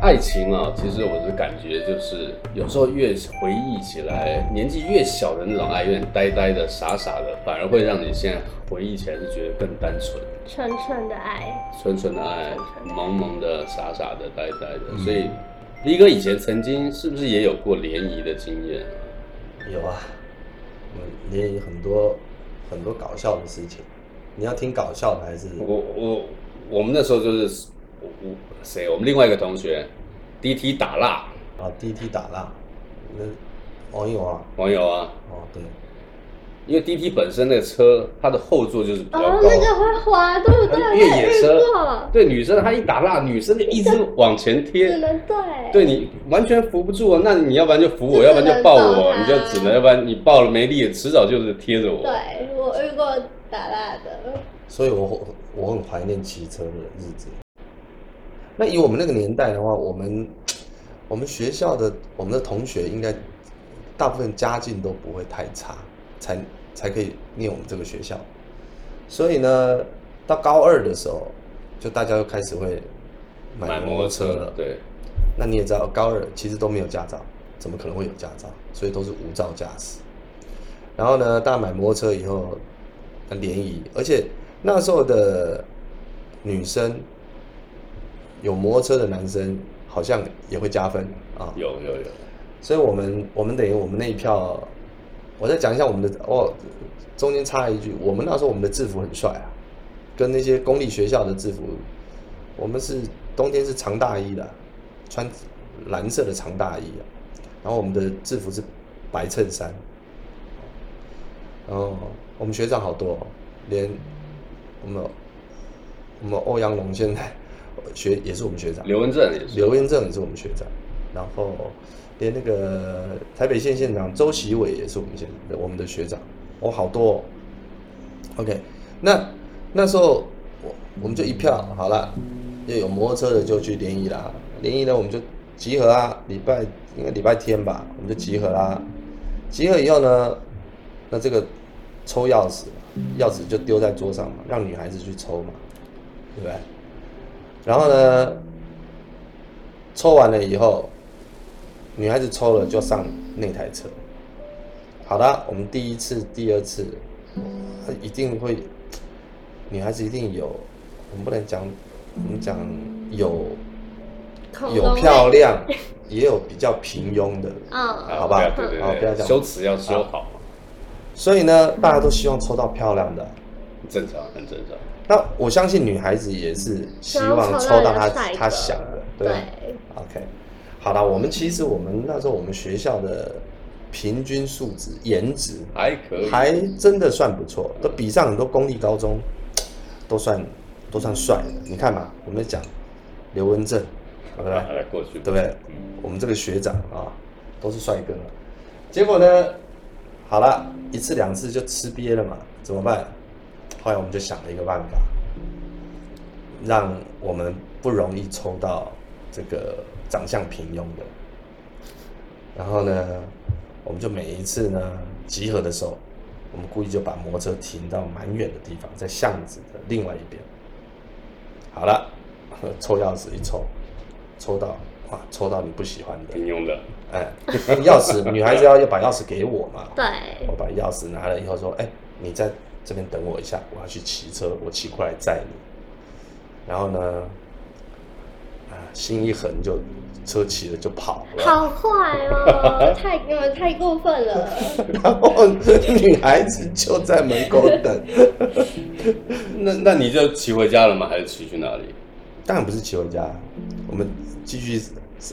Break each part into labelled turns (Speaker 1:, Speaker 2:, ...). Speaker 1: 爱情啊，其实我的感觉就是，有时候越回忆起来，年纪越小的那种爱，有点呆呆的、傻傻的，反而会让你现在回忆起来是觉得更单纯。
Speaker 2: 纯纯的爱，
Speaker 1: 纯纯的爱
Speaker 2: 纯纯，的
Speaker 1: 萌萌的、傻傻的、呆呆的。所以，力哥以前曾经是不是也有过联谊的经验？
Speaker 3: 有啊，我也有很多很多搞笑的事情。你要听搞笑的还是？
Speaker 1: 我我我们那时候就是我我谁，我们另外一个同学，DT 打蜡
Speaker 3: 啊，滴滴打蜡，那网友啊，
Speaker 1: 网友啊，
Speaker 3: 哦对，
Speaker 1: 因为 DT 本身那个车，它的后座就是比较
Speaker 2: 哦
Speaker 1: 高，，
Speaker 2: 那个会滑，对不
Speaker 3: 呃
Speaker 2: 对？
Speaker 1: 越野
Speaker 2: 我也
Speaker 1: 车
Speaker 2: 遇过，
Speaker 1: 对女生她一打蜡，女生就一直往前
Speaker 2: 只
Speaker 1: 贴。
Speaker 2: 能对，
Speaker 1: 对你完全扶不住啊，那你要不然就扶我，
Speaker 2: 就
Speaker 1: 要
Speaker 2: 只
Speaker 1: 不
Speaker 2: 能
Speaker 1: 然就抱
Speaker 2: 抱
Speaker 1: 我，
Speaker 2: 她
Speaker 1: 你就只能，要不然你抱了没力，迟早就是贴着我。
Speaker 2: 对我遇过打蜡的，
Speaker 3: 所以我我很怀念骑车的日子。那以我们那个年代的话，我们我们学校的我们的同学应该大部分家境都不会太差，才才可以念我们这个学校。所以呢，到高二的时候，就大家就开始会
Speaker 1: 买
Speaker 3: 买
Speaker 1: 摩
Speaker 3: 摩
Speaker 1: 托
Speaker 3: 托
Speaker 1: 车
Speaker 3: 车
Speaker 1: 了
Speaker 3: 了。，
Speaker 1: 对，
Speaker 3: 那你也知道，高二其实都没有驾照，怎么可能会有驾照？所以都是无照驾驶。然后呢，大家买摩托车以后，呃联谊，而且那时候的女生有摩托车的男生好像也会加分啊。
Speaker 1: 有有有，
Speaker 3: 所以我们我们等于我们那一票，我再讲一下我们的哦，中间插一句，我们那时候我们的制服很帅啊，跟那些公立学校的制服，我们是冬天是长大衣的，啊穿蓝色的长大衣啊，然后我们的制服是白衬衫，然后我们学长好多、哦，连我们我们欧阳龙现在学也是我们学长，
Speaker 1: 刘文正也是，
Speaker 3: 刘元正也是我们学长，然后连那个台北县县长周习伟也是我们县我们的学长，我、好多、哦。OK，那那时候我我们就一票好了，又有摩托车的就去联谊啦，联谊呢我们就集合啊，礼拜应该礼拜天吧，我们就集合啦。集合以后呢，那这个抽钥匙，钥匙就丢在桌上嘛，让女孩子去抽嘛，对不对？然后呢，抽完了以后，女孩子抽了就上那台车。好啦，我们第一次、第二次，她一定会，女孩子一定有，我们不能讲，我们讲有
Speaker 2: 恐龙
Speaker 3: 有
Speaker 2: 类
Speaker 3: 漂，亮，也有比较平庸的。
Speaker 2: 嗯，
Speaker 3: 好吧
Speaker 1: 不要对
Speaker 3: 好
Speaker 1: 对
Speaker 3: 不要
Speaker 1: 对，
Speaker 3: 讲
Speaker 1: 啊修辞要修好，
Speaker 3: 所以呢，大家都希望抽到漂亮的。
Speaker 1: 正常，很正常。
Speaker 3: 那我相信女孩子也是希望抽到她她想的，对吧
Speaker 2: 对，
Speaker 3: OK，好了，我们其实我们那时候我们学校的平均素质颜值
Speaker 1: 还可以，
Speaker 3: 还真的算不错，都比上很多公立高中，都算都算帅的。你看嘛，我们讲刘文正，对不对？
Speaker 1: 来啊过去，嗯
Speaker 3: 对不对？我们这个学长啊，都是帅哥嘛。结果呢，好了，一次两次就吃瘪了嘛，怎么办？后来我们就想了一个办法，让我们不容易抽到这个长相平庸的。然后呢，我们就每一次呢集合的时候，我们故意就把摩托车停到蛮远的地方，在巷子的另外一边。好了， 抽钥匙一抽，抽到哇，抽到你不喜欢的，
Speaker 1: 平庸的，
Speaker 3: 哎，钥匙，女孩子要要把钥匙给我嘛。
Speaker 2: 对
Speaker 3: 我，把钥匙拿了以后说，哎，你在这边等我一下，我要去骑车，我骑过来载你。然后呢，啊，心一横就车骑了就跑了。
Speaker 2: 好坏 哦，太你们太过分了，
Speaker 3: 然后女孩子就在门口等，
Speaker 1: 那那你就骑回家了吗？还是骑去哪里？
Speaker 3: 当然不是骑回家，我们继续，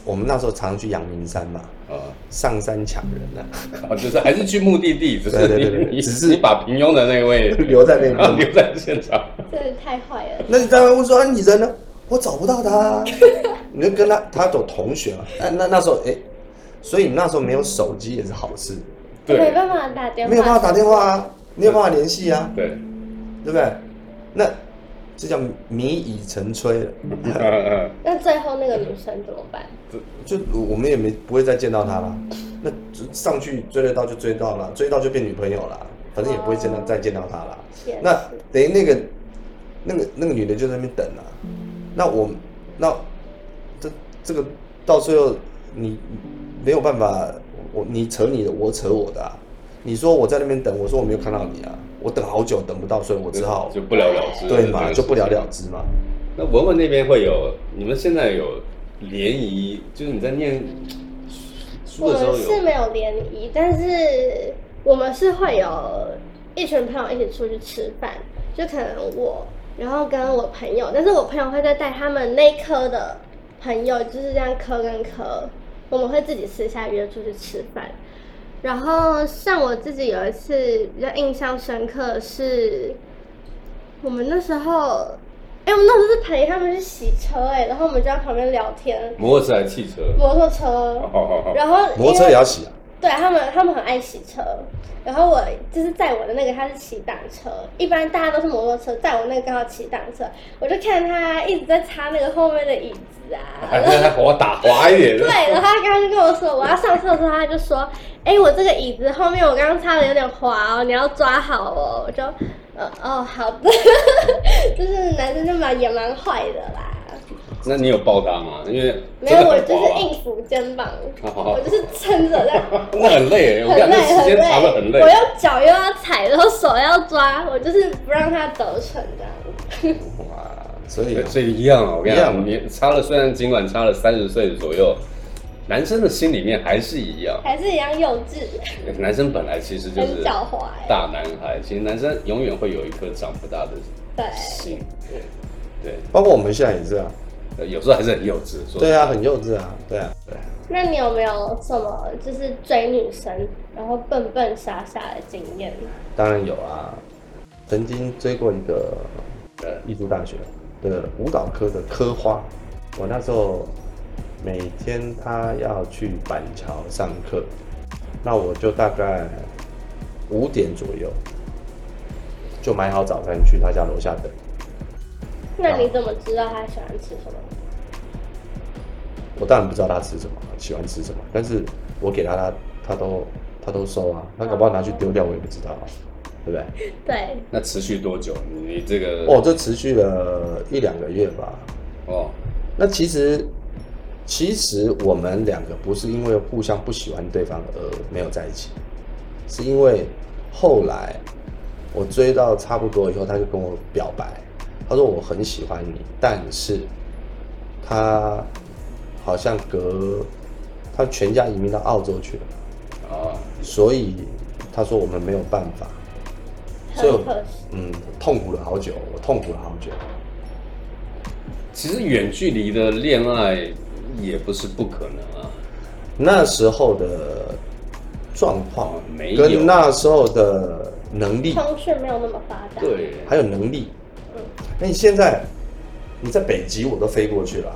Speaker 3: 我们那时候常去阳明山嘛，
Speaker 1: 啊，
Speaker 3: 上山抢人啊，
Speaker 1: 啊就是还是去目的地，只是
Speaker 3: 对对对对
Speaker 1: 你你
Speaker 3: 只是
Speaker 1: 你把平庸的那 位
Speaker 3: 留在那边
Speaker 1: 然后留在现场，
Speaker 2: 真的太坏了。
Speaker 3: 那你当然会说，啊、你人呢？我找不到他、啊。你就跟他，他有同学嘛？那那那时候，哎、所以你那时候没有手机也是好事，
Speaker 2: 没
Speaker 1: 对
Speaker 2: 办法打电话，
Speaker 3: 没有办法打电话啊，没有办法联系啊，
Speaker 1: 对，
Speaker 3: 对不对？那这叫迷已成炊了，
Speaker 1: 嗯嗯
Speaker 2: 那最后那个女生怎么办？
Speaker 3: 就我们也没不会再见到他了。那上去追得到就追到了，追到就变女朋友了，反正也不会见到再见到他了。
Speaker 2: 也
Speaker 3: 那
Speaker 2: 是
Speaker 3: 等于那个那个那个女的就在那边等啊，那我那这这个到最后你没有办法，我你扯你的，我扯我的啊。你说我在那边等，我说我没有看到你啊，我等好久等不到，所以 我只好
Speaker 1: 就不了了之，
Speaker 3: 对嘛，
Speaker 1: 这个事情
Speaker 3: 就不了了。之嘛。
Speaker 1: 那文文那边会有，你们现在有联谊，就是你在念书
Speaker 2: 我
Speaker 1: 的时候
Speaker 2: 们是
Speaker 1: 有
Speaker 2: 没有联谊，但是我们是会有一群朋友一起出去吃饭，就可能我，然后跟我朋友，但是我朋友会再带他们那一科的朋友，就是这样科跟科，我们会自己私下约出去吃饭。然后像我自己有一次比较印象深刻的是，我们那时候，哎，我们那时候是陪他们去洗车、哎，然后我们就在旁边聊天，
Speaker 1: 摩托车还是汽车？
Speaker 2: 摩托车
Speaker 1: 好，好 好，
Speaker 2: 然后因为
Speaker 3: 摩托车也要洗啊，
Speaker 2: 对他们，他们很爱洗车。然后我就是在我的那个，他是骑挡车，一般大家都是摩托车，在我那个刚好骑挡车，我就看他一直在擦那个后面的椅子啊。
Speaker 1: 还还滑打滑一点。
Speaker 2: 对，然后他刚刚就跟我说我要上车的时候，他就说：“哎、我这个椅子后面我刚刚擦的有点滑哦，你要抓好哦。”我就，呃，哦，好的， 就是男生就蛮也蛮坏的啦。
Speaker 1: 那你有抱他吗？因为
Speaker 2: 没
Speaker 1: 真
Speaker 2: 有，
Speaker 1: 的
Speaker 2: 我
Speaker 1: 很
Speaker 2: 就
Speaker 1: 滑吧啊
Speaker 2: 是硬扶肩膀，
Speaker 1: 哦
Speaker 2: 我就是撑着这样。
Speaker 1: 那很累，我
Speaker 2: 很
Speaker 1: 感觉
Speaker 2: 累，
Speaker 1: 时间长了很累
Speaker 2: 我。用脚又要踩，然后手要抓，我就是不让它得逞这样。
Speaker 3: 哇，所以
Speaker 1: 所以一样啊，我跟你
Speaker 3: 哎一样
Speaker 1: 讲，你差了，虽然尽管差了三十岁左右，男生的心里面还是一 样。
Speaker 2: 还是一样幼稚，
Speaker 1: 男生本来其实就
Speaker 2: 很
Speaker 1: 是
Speaker 2: 狡猾欸
Speaker 1: 大男孩，其实男生永远会有一颗长不大的
Speaker 2: 对，
Speaker 1: 心，对，
Speaker 3: 包括我们现在也是啊，
Speaker 1: 呃有时候还是很幼稚。说
Speaker 3: 对啊，很幼稚啊，对啊，对啊。
Speaker 2: 那你有没有什么就是追女生，然后笨笨傻傻的经验？
Speaker 3: 当然有啊，曾经追过一个呃艺术大学的舞蹈科的科花，我那时候每天他要去板桥上课，那我就大概五点左右就买好早餐去他家楼下等，
Speaker 2: 那
Speaker 1: 啊
Speaker 2: 你怎么知道她喜欢吃什么？
Speaker 3: 我当然不知道他吃什么，喜欢吃什么，但是我给他他他都他都收啊，他搞不好拿去丢掉我也不知道啊，对不对？
Speaker 2: 对，
Speaker 1: 那持续多久？你这个
Speaker 3: 哦，这持续了一两个月吧，
Speaker 1: 哦，
Speaker 3: 那其实，其实我们两个不是因为互相不喜欢对方而没有在一起，是因为后来我追到差不多以后，他就跟我表白，他说我很喜欢你，但是他好像隔他全家移民到澳洲去了，
Speaker 1: 啊，
Speaker 3: 所以他说我们没有办法，所以
Speaker 2: 很可
Speaker 3: 我
Speaker 2: 惜。
Speaker 3: 嗯痛苦了好久，我痛苦了好久。
Speaker 1: 其实远距离的恋爱也不是不可能啊。
Speaker 3: 那时候的状况
Speaker 1: 哦没有
Speaker 3: 跟那时候的能力，
Speaker 2: 通讯没有那么发达，
Speaker 1: 对，
Speaker 3: 还有能力。
Speaker 2: 嗯，
Speaker 3: 那你现在你在北极我都飞过去了，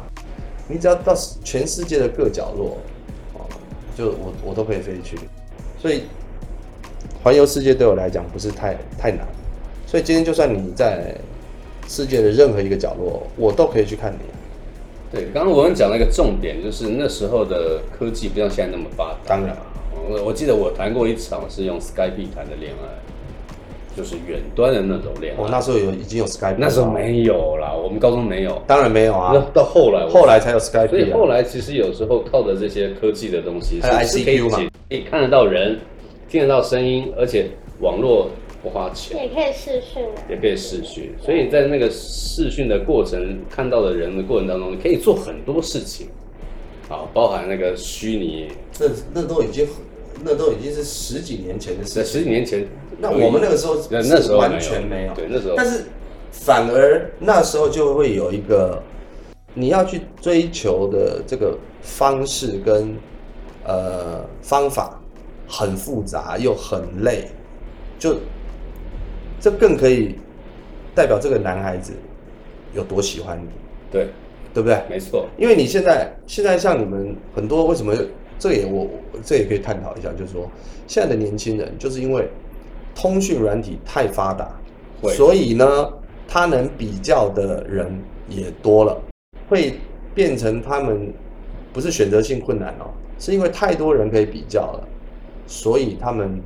Speaker 3: 你只要到全世界的各角落，哦，就我我都可以飞去。所以环游世界对我来讲不是太太难。所以今天就算你在世界的任何一个角落，我都可以去看你。
Speaker 1: 对，刚刚我们讲了一个重点，就是那时候的科技不像现在那么发达。
Speaker 3: 当然，
Speaker 1: 我我记得我谈过一场是用 Skype 谈的恋爱，就是远端的那种恋爱。
Speaker 3: 哦我那时候有已经有 Skype，了
Speaker 1: 那时候，没有啦，我们高中没有。
Speaker 3: 当然没有
Speaker 1: 那
Speaker 3: 啊。
Speaker 1: 到后来我，
Speaker 3: 后来才有 Skype，、啊、
Speaker 1: 所以后来其实有时候靠着这些科技的东西，
Speaker 3: 还有
Speaker 1: 是是可以
Speaker 3: ICQ 嘛
Speaker 1: 解可以看得到人，听得到声音，而且网络不花钱。
Speaker 2: 也可以试训啊。
Speaker 1: 也可以视讯，所以你在那个视讯的过程看到的人的过程当中，你可以做很多事情，啊，包含那个虚拟，
Speaker 3: 那那都已经很那都已经是十几年前的事
Speaker 1: 在
Speaker 3: 情。
Speaker 1: 十几年前，
Speaker 3: 那我们那个时候
Speaker 1: 对那时候
Speaker 3: 完全没有，
Speaker 1: 对那时候
Speaker 3: 但是反而那时候就会有一个你要去追求的这个方式跟呃方法很复杂又很累，就这更可以代表这个男孩子有多喜欢你，
Speaker 1: 对，
Speaker 3: 对不对？
Speaker 1: 没错，
Speaker 3: 因为你现在现在像你们很多为什么这也我我这也可以探讨一下，就是说现在的年轻人就是因为通讯软体太发达
Speaker 1: 会，
Speaker 3: 所以呢，他能比较的人也多了，会变成他们不是选择性困难哦，是因为太多人可以比较了，所以他们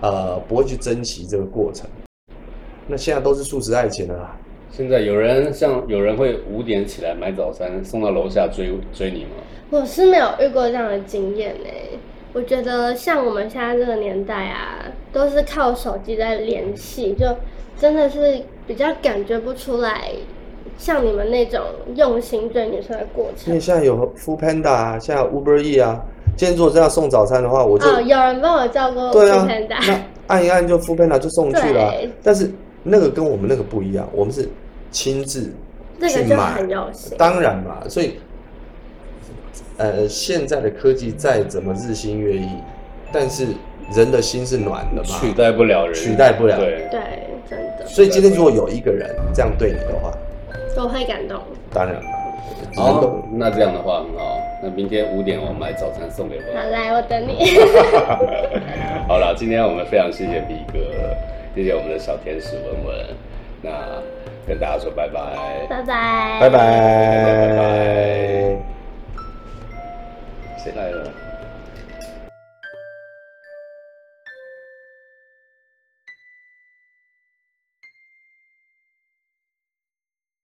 Speaker 3: 呃不会去珍惜这个过程。那现在都是素食爱情了啦，
Speaker 1: 现在有人像有人会五点起来买早餐送到楼下追追你吗？
Speaker 2: 我是没有遇过这样的经验呢、我觉得像我们现在这个年代啊，都是靠手机在联系，就真的是比较感觉不出来像你们那种用心追女生的过
Speaker 3: 因为
Speaker 2: 程。
Speaker 3: 现在有 Food Panda 啊，现在有 Uber E 啊，今天如果真的要送早餐的话，我就、
Speaker 2: 哦，有人帮我叫过
Speaker 3: 对啊
Speaker 2: Foodpanda，
Speaker 3: 那按一按就 Food Panda 就送去了啊
Speaker 2: 对。
Speaker 3: 但是那个跟我们那个不一样，我们是亲自
Speaker 2: 这
Speaker 3: 去
Speaker 2: 个就
Speaker 3: 买
Speaker 2: 很有心。
Speaker 3: 当然嘛，所以，呃，现在的科技再怎么日新月异，但是人的心是暖的嘛。
Speaker 1: 取代不了人，
Speaker 3: 取代不了
Speaker 1: 对，
Speaker 2: 对，真的，
Speaker 3: 所以今天如果有一个人这样对你的话，
Speaker 2: 我会感动。
Speaker 3: 当然嘛，只能
Speaker 1: 好
Speaker 3: 够，
Speaker 1: 那这样的话很好。那明天五点我买早餐送给我。
Speaker 2: 好，来，我等你。
Speaker 1: 好了，今天我们非常谢谢 B 哥，谢谢我们的小天使文文，那跟大家说拜拜，
Speaker 2: 拜拜，
Speaker 3: 拜拜。